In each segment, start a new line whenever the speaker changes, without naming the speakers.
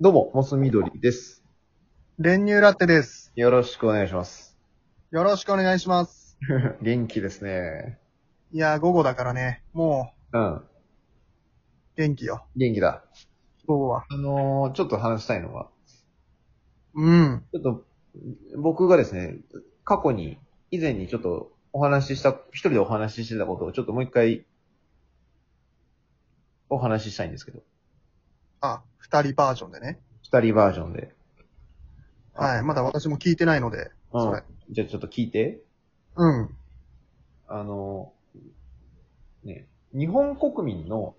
どうも、モス緑です。
練乳ラテです。
よろしくお願いします。
よろしくお願いします。
元気ですね。
いやー、午後だからね、も
うん。
う元気よ、
元気だ。
午後は。
あのー、ちょっと話したいのは、
うん。
ちょっと、僕がですね、過去に、以前にちょっとお話しした、一人でお話ししてたことをちょっともう一回、お話ししたいんですけど、
あ、二人バージョンでね。
二人バージョンで。
はい。まだ私も聞いてないので、
うん
それ。
じゃあちょっと聞いて。
うん。
あのー、ね、日本国民の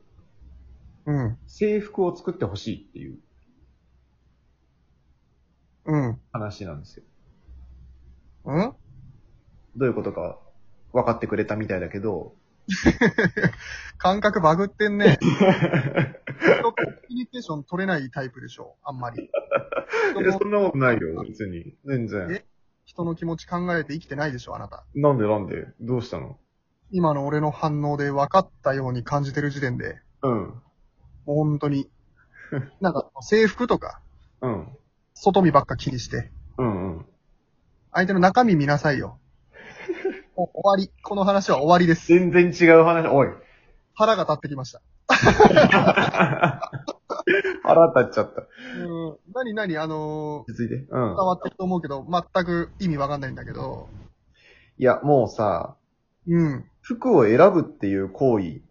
うん。
制服を作ってほしいっていう
うん。
話なんですよ。
うん
どういうことか分かってくれたみたいだけど、
感覚バグってんね。ちょっとコミュニケーション取れないタイプでしょ、あんまり。人の
んなことないよ、別に。全然
え。人の気持ち考えて生きてないでしょ、あなた。
なんでなんでどうしたの
今の俺の反応で分かったように感じてる時点で、
うん。
もう本当に、なんか制服とか、
うん。
外見ばっか気にして、
うんうん。
相手の中身見なさい よ。もう終わり。この話は終わりです。
全然違う話、おい。
腹が立ってきました。
腹立っちゃった。
うん。何何あのー
続いて。うん
伝。わってると思うけど、全く意味わかんないんだけど。
いや、もうさ、
うん。
服を選ぶっていう行為、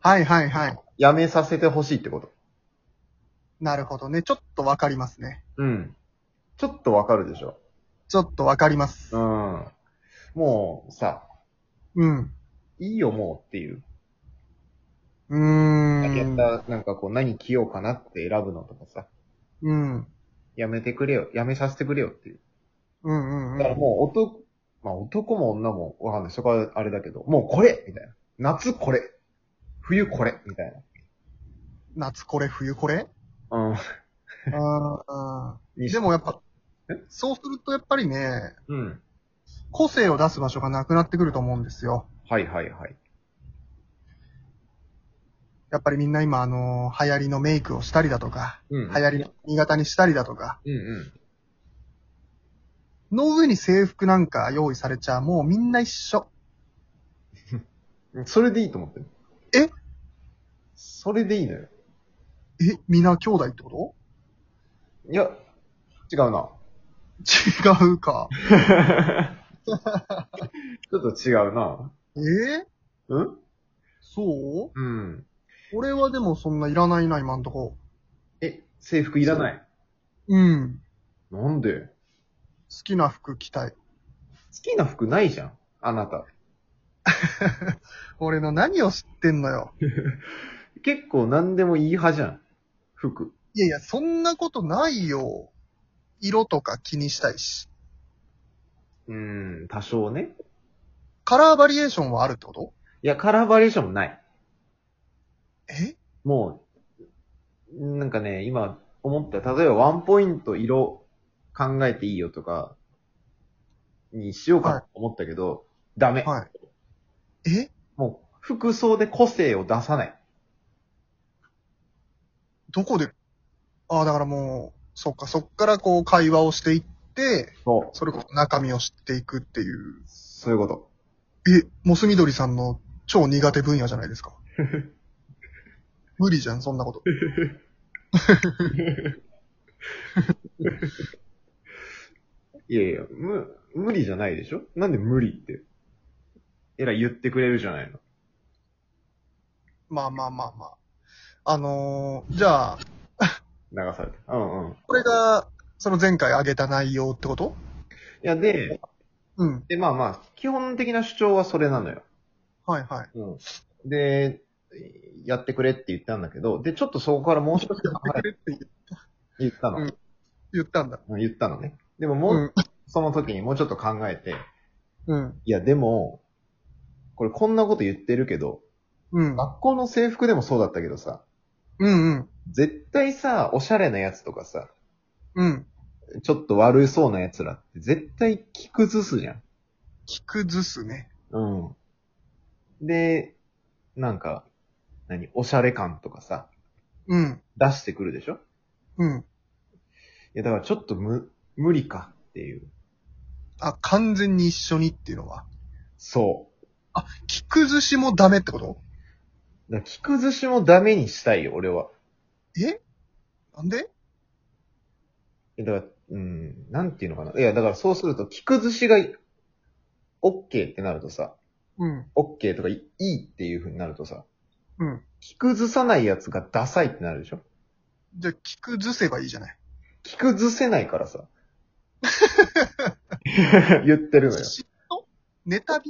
はいはいはい。
やめさせてほしいってこと。
なるほどね。ちょっとわかりますね。
うん。ちょっとわかるでしょ。
ちょっとわかります
う。ん。もうさ、
うん。
いいよもうっていう。
う
やっ
ーん。
た、なんかこう何着ようかなって選ぶのとかさ。
うん。
やめてくれよ。やめさせてくれよっていう。
うんうんう
だから
ん。
もう男、まあ男も女もわかんない。そこはあれだけど、もうこれみたいな。夏これ。冬これみたい
夏これ、冬こ れ
な。うん。
あ
に
ー
し
でもやっぱ
え、
そうするとやっぱりね、
うん。
個性を出す場所がなくなってくると思うんですよ。
はいはいはい。
やっぱりみんな今あのー流行りのメイクをしたりだとか、
うん。
流行りの新潟にしたりだとか、
うんうん。
の上に制服なんか用意されちゃもうみんな一緒。
それでいいと思ってる。
え
それでいいのよ。
え、皆兄弟ってこ
いや、違う な。
と違うか。
ちょっと違うな。
えー
うん
そう
うん。
俺はでもそんないらないな、今んとこ。
え、制服いらない。
うん。
なんで好
好きな服着たい。
きな服ないじゃん。あなた。
俺の何を知ってんのよ。
結構何でもいい派じゃん。服。
いやいや、そんなことないよ。色とか気にしたいし。
うん、多少ね。
カラーバリエーションはあるってこと
いや、カラーバリエーションもない。
え
もう、なんかね、今思った、例えばワンポイント色考えていいよとか、にしようかなと思ったけど、ダメ。
はい。え
もう、服装で個性を出さない。
どこでああ、だからもう、そっか、そっからこう会話をしていって、
そう。
それこそ中身を知っていくっていう。
そういうこと。
え、モス緑さんの超苦手分野じゃないですか。 無理じゃん、そんなこと。
いやいや、む、無理じゃないでしょなんで無理って。えらい言ってくれるじゃないの。
まあまあまあまあ。あのー、じゃあ、
流されて。うんうん。い
これが、その前回挙げた内容ってこと
や、で、
うん。
で、まあまあ、基本的な主張はそれなのよ。
はいはい。
うん。で、やってくれって言ったんだけど、で、ちょっとそこからもう少し考えて
れって
言ったの。
言ったんだ。
うん言ったのね。でももう、
うん。
その時にもうちょっと考えて、
うん。
いや、でも、これこんなこと言ってるけど、
うん。
学校の制服でもそうだったけどさ、
うんうん。
絶対さ、おしゃれなやつとかさ、
うん。
ちょっと悪そうなやつらって絶対着崩すじゃん。
着崩すね。
うん。で、なんか、何、おしゃれ感とかさ、
うん。
出してくるでしょ
うん。
や、だからちょっとむ、無理かっていう。
あ、完全に一緒にっていうのは。
そ
着崩しもダメってこと
う。だから着崩しもダメにしたいよ、俺は。
えなんで
いやだから、うん、なんていうのかな。いや、だからそうすると、着崩しが、OK ってなるとさ、
うん。
OK とかいいいっていう風になるとさ、
うん。
着崩さないやつがダサいってなるでしょ
じゃあ、着崩せばいいじゃない。
着崩せないから さ。言ってるのよ。
嫉妬妬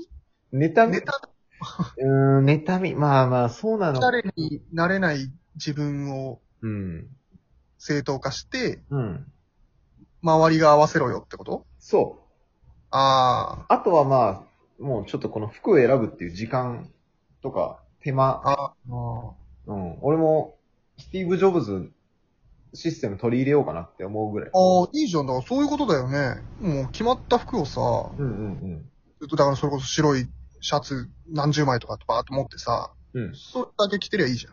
み
妬み
妬、
うーん、妬み。まあまあ、そうなの。
誰になれない自分を
うん。
正当化して、
うん。
周りが合わせろよってこと
そう。
あ
あとはまあ、もうちょっとこの服を選ぶっていう時間とか、手間。
あ、ああ、
うん。俺も、スティーブ・ジョブズシステム取り入れようかなって思うぐらい。
ああ、いいじゃん。だからそういうことだよね。もう決まった服をさ、
うんうん
ずっとだからそれこそ白いシャツ何十枚とかってバーっと持ってさ、
うん。うん。い
それだけ着てりゃいいじゃん。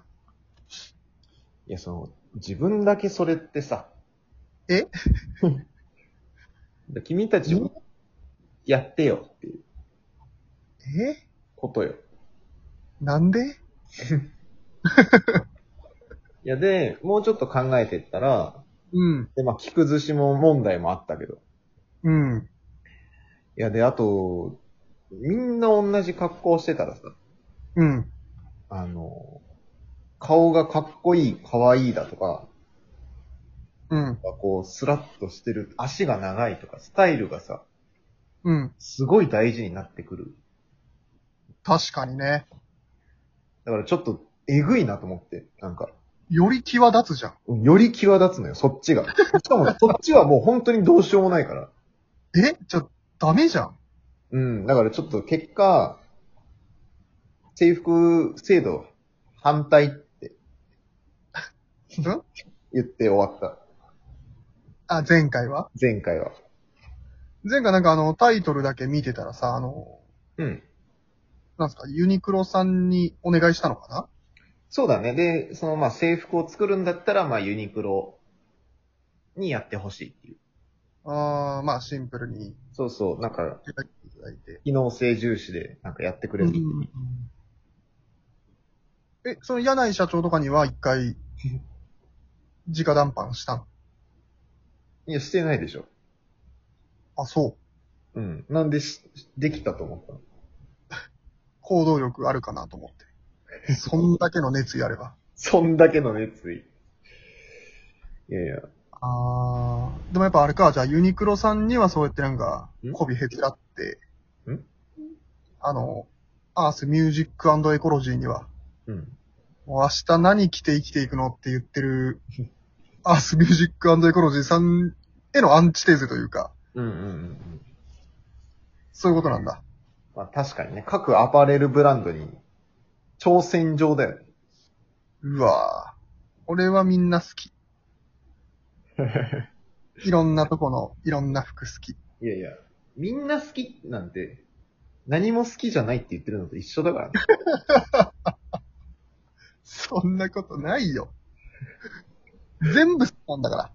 や、その、自分だけそれってさ。
え
だ君たちもやってよっていう
え
ことよ。
なんで
いや、で、もうちょっと考えてったら、
うん、
で、まあ、着崩しも問題もあったけど。
うん、
いや、で、あと、みんな同じ格好してたらさ、
うん。
あの、顔がかっこいい、かわいいだとか、
うん、
こう、スラッとしてる、足が長いとか、スタイルがさ、
うん。
すごい大事になってくる。
確かにね。
だからちょっと、えぐいなと思って、なんか、
より際立つじゃん。
うんより際立つのよ、そっちが。しかも、そっちはもう本当にどうしようもないから。
えじゃ、ダメじ ゃん。
うん、だからちょっと結果、制服制度反対って
ん
言って終わった、
あ、前回は
前回は。
前回なんかあの、タイトルだけ見てたらさ、あの、
うん。
なんすか、ユニクロさんにお願いしたのかな
そうだね。で、そのまあ制服を作るんだったら、まあユニクロにやってほしいっていう。
ああ、まあシンプルに
そうそう。なんか、
いただいて。
機能性重視でなんかやってくれ
う
る。
んえ、その柳井社長とかには一回、直談判したの
いや、してないでしょ。
あ、そう。
うん。なんでし、できたと思ったの
行動力あるかなと思 って。そんだけの熱意あれば。
そんだけの熱意。いやいや。
あー。でもやっぱあれか、じゃあユニクロさんにはそうやってなんか
ん、
媚びへつらって
ん、
あの、アースミュージックエコロジーには、
うん。
もう明日何着て生きていくのって言ってる、 アースミュージックエコロジーさんへのアンチテーゼというか、
うんうんうんうん。
そういうことなんだ。
まあ確かにね、各アパレルブランドに挑戦状だよね。
うわぁ。俺はみんな好 き。いろんなとこの、いろんな服好き。
いやいや。みんな好きなんて、何も好きじゃないって言ってるのと一緒だからね。
そんなことないよ。全部好きなんだか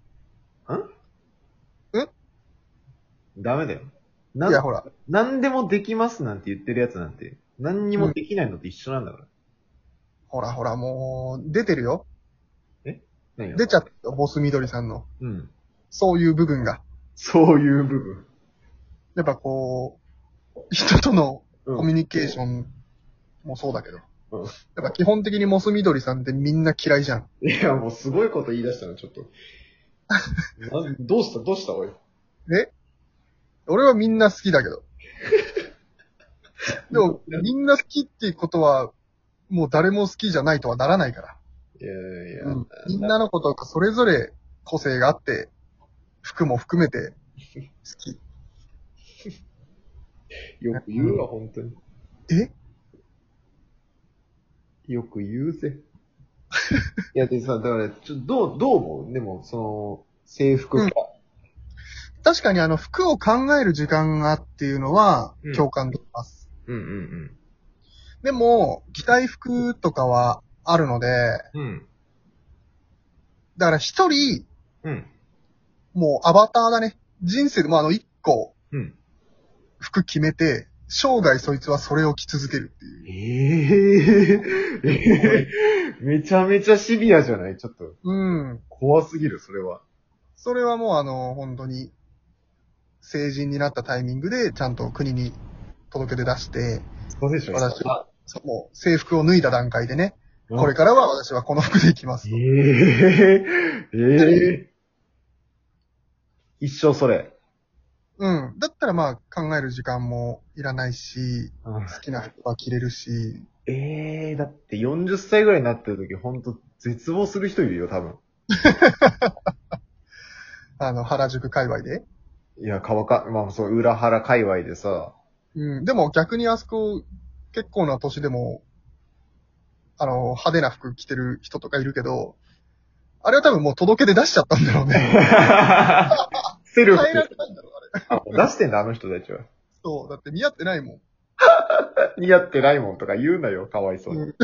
ダメだよ。
ら。
ない
や、ほら。
何でもできますなんて言ってるやつなんて、何にもできないのと一緒なんだから。
ほらほら、もう、出てるよ。
何が
出ちゃったよ、ボス緑さんの。
うん。
そういう部分が。
そういう部分。
やっぱこう、人とのコミ
う
ュ
ん。
ニケーションもそうだけど。
うん
やっぱ基本的にモス緑さんってみんな嫌いじゃん。
いや、もうすごいこと言い出したの、ちょっと。などうしたどうしたおい。
俺はみんな好き だけど。でも、みんな好きっていうことは、もう誰も好きじゃないとはならないから。
いやいや、
うんみんなのことがそれぞれ個性があって、服も含めて好き。
よく言うわ、本当に。
え
よく言うぜ。 いや、でさ、だから、ちょっと、どう、どう思うでも、その、制服か。
確かにあの服を考える時間がっていうのは
うん
共感できます。
うんうん
でも、着たい服とかはあるので、
うん。うん。
だから一人
うん。
もうアバターがね、人生でもあの一個
うん。
服決めて、生涯そいつはそれを着続けるってい
ええ
う。
ー、えーめちゃめちゃシビアじゃないちょっと、
うん。
怖すぎる、それは。
それはもうあの、本当に、成人になったタイミングで、ちゃんと国に届け出出して、
そうでしょ
私は、そもう制服を脱いだ段階でね、これ
か。
からは私はこの服で行きます
え
と。
えー、ええー。一生それ。
うん。だったらまあ考える時間もいらないし、
うん
好きな服は着れるし、
ええだって40歳ぐらいになってる時、ほんと絶望する人いるよ、多分。
あの、原宿界隈で。
いや、川か、まあそう、裏原界隈で さ、
うん。でも逆にあそこ、結構な年でも、あの、派手な服着てる人とかいるけど、あれは多分もう届け出出しちゃったんだろうね。
セルフ。
変えられないんだろう、あれ。
あもう出してんだ、あの人たちは。
そう。だって似合ってないもん。
似合ってないもんとか言うなよ、かわいそうに。
うん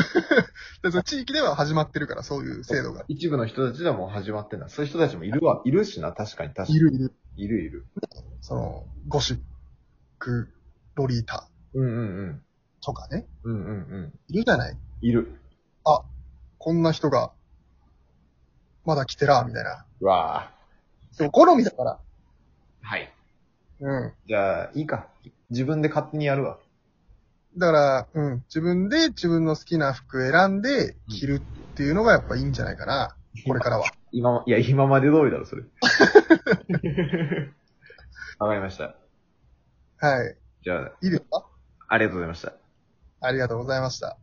でその地域では始まってるから、そういう制度が。
一部の人たちではもう始まってんだ。そういう人たちもいるわ、いるしな、確かに確かに。
いるいる。
いるいる。
その、ゴシック、ロリータ
うんうんうん。
とかね。
うんうんうん。
いるじゃない
いる。
こんな人が、まだ来てら、みたいな。
うわあ。
でも好みだから。
はい。
うん。
じゃあ、いいか。自分で勝手にやるわ。
だから、うん。自分で自分の好きな服選んで着るっていうのがやっぱいいんじゃないかな。これから は。
今ま、いや、今まで通りだろ、それ。わかりました。
はい。
じゃあ、
いいですか
ありがとうございました。
ありがとうございました。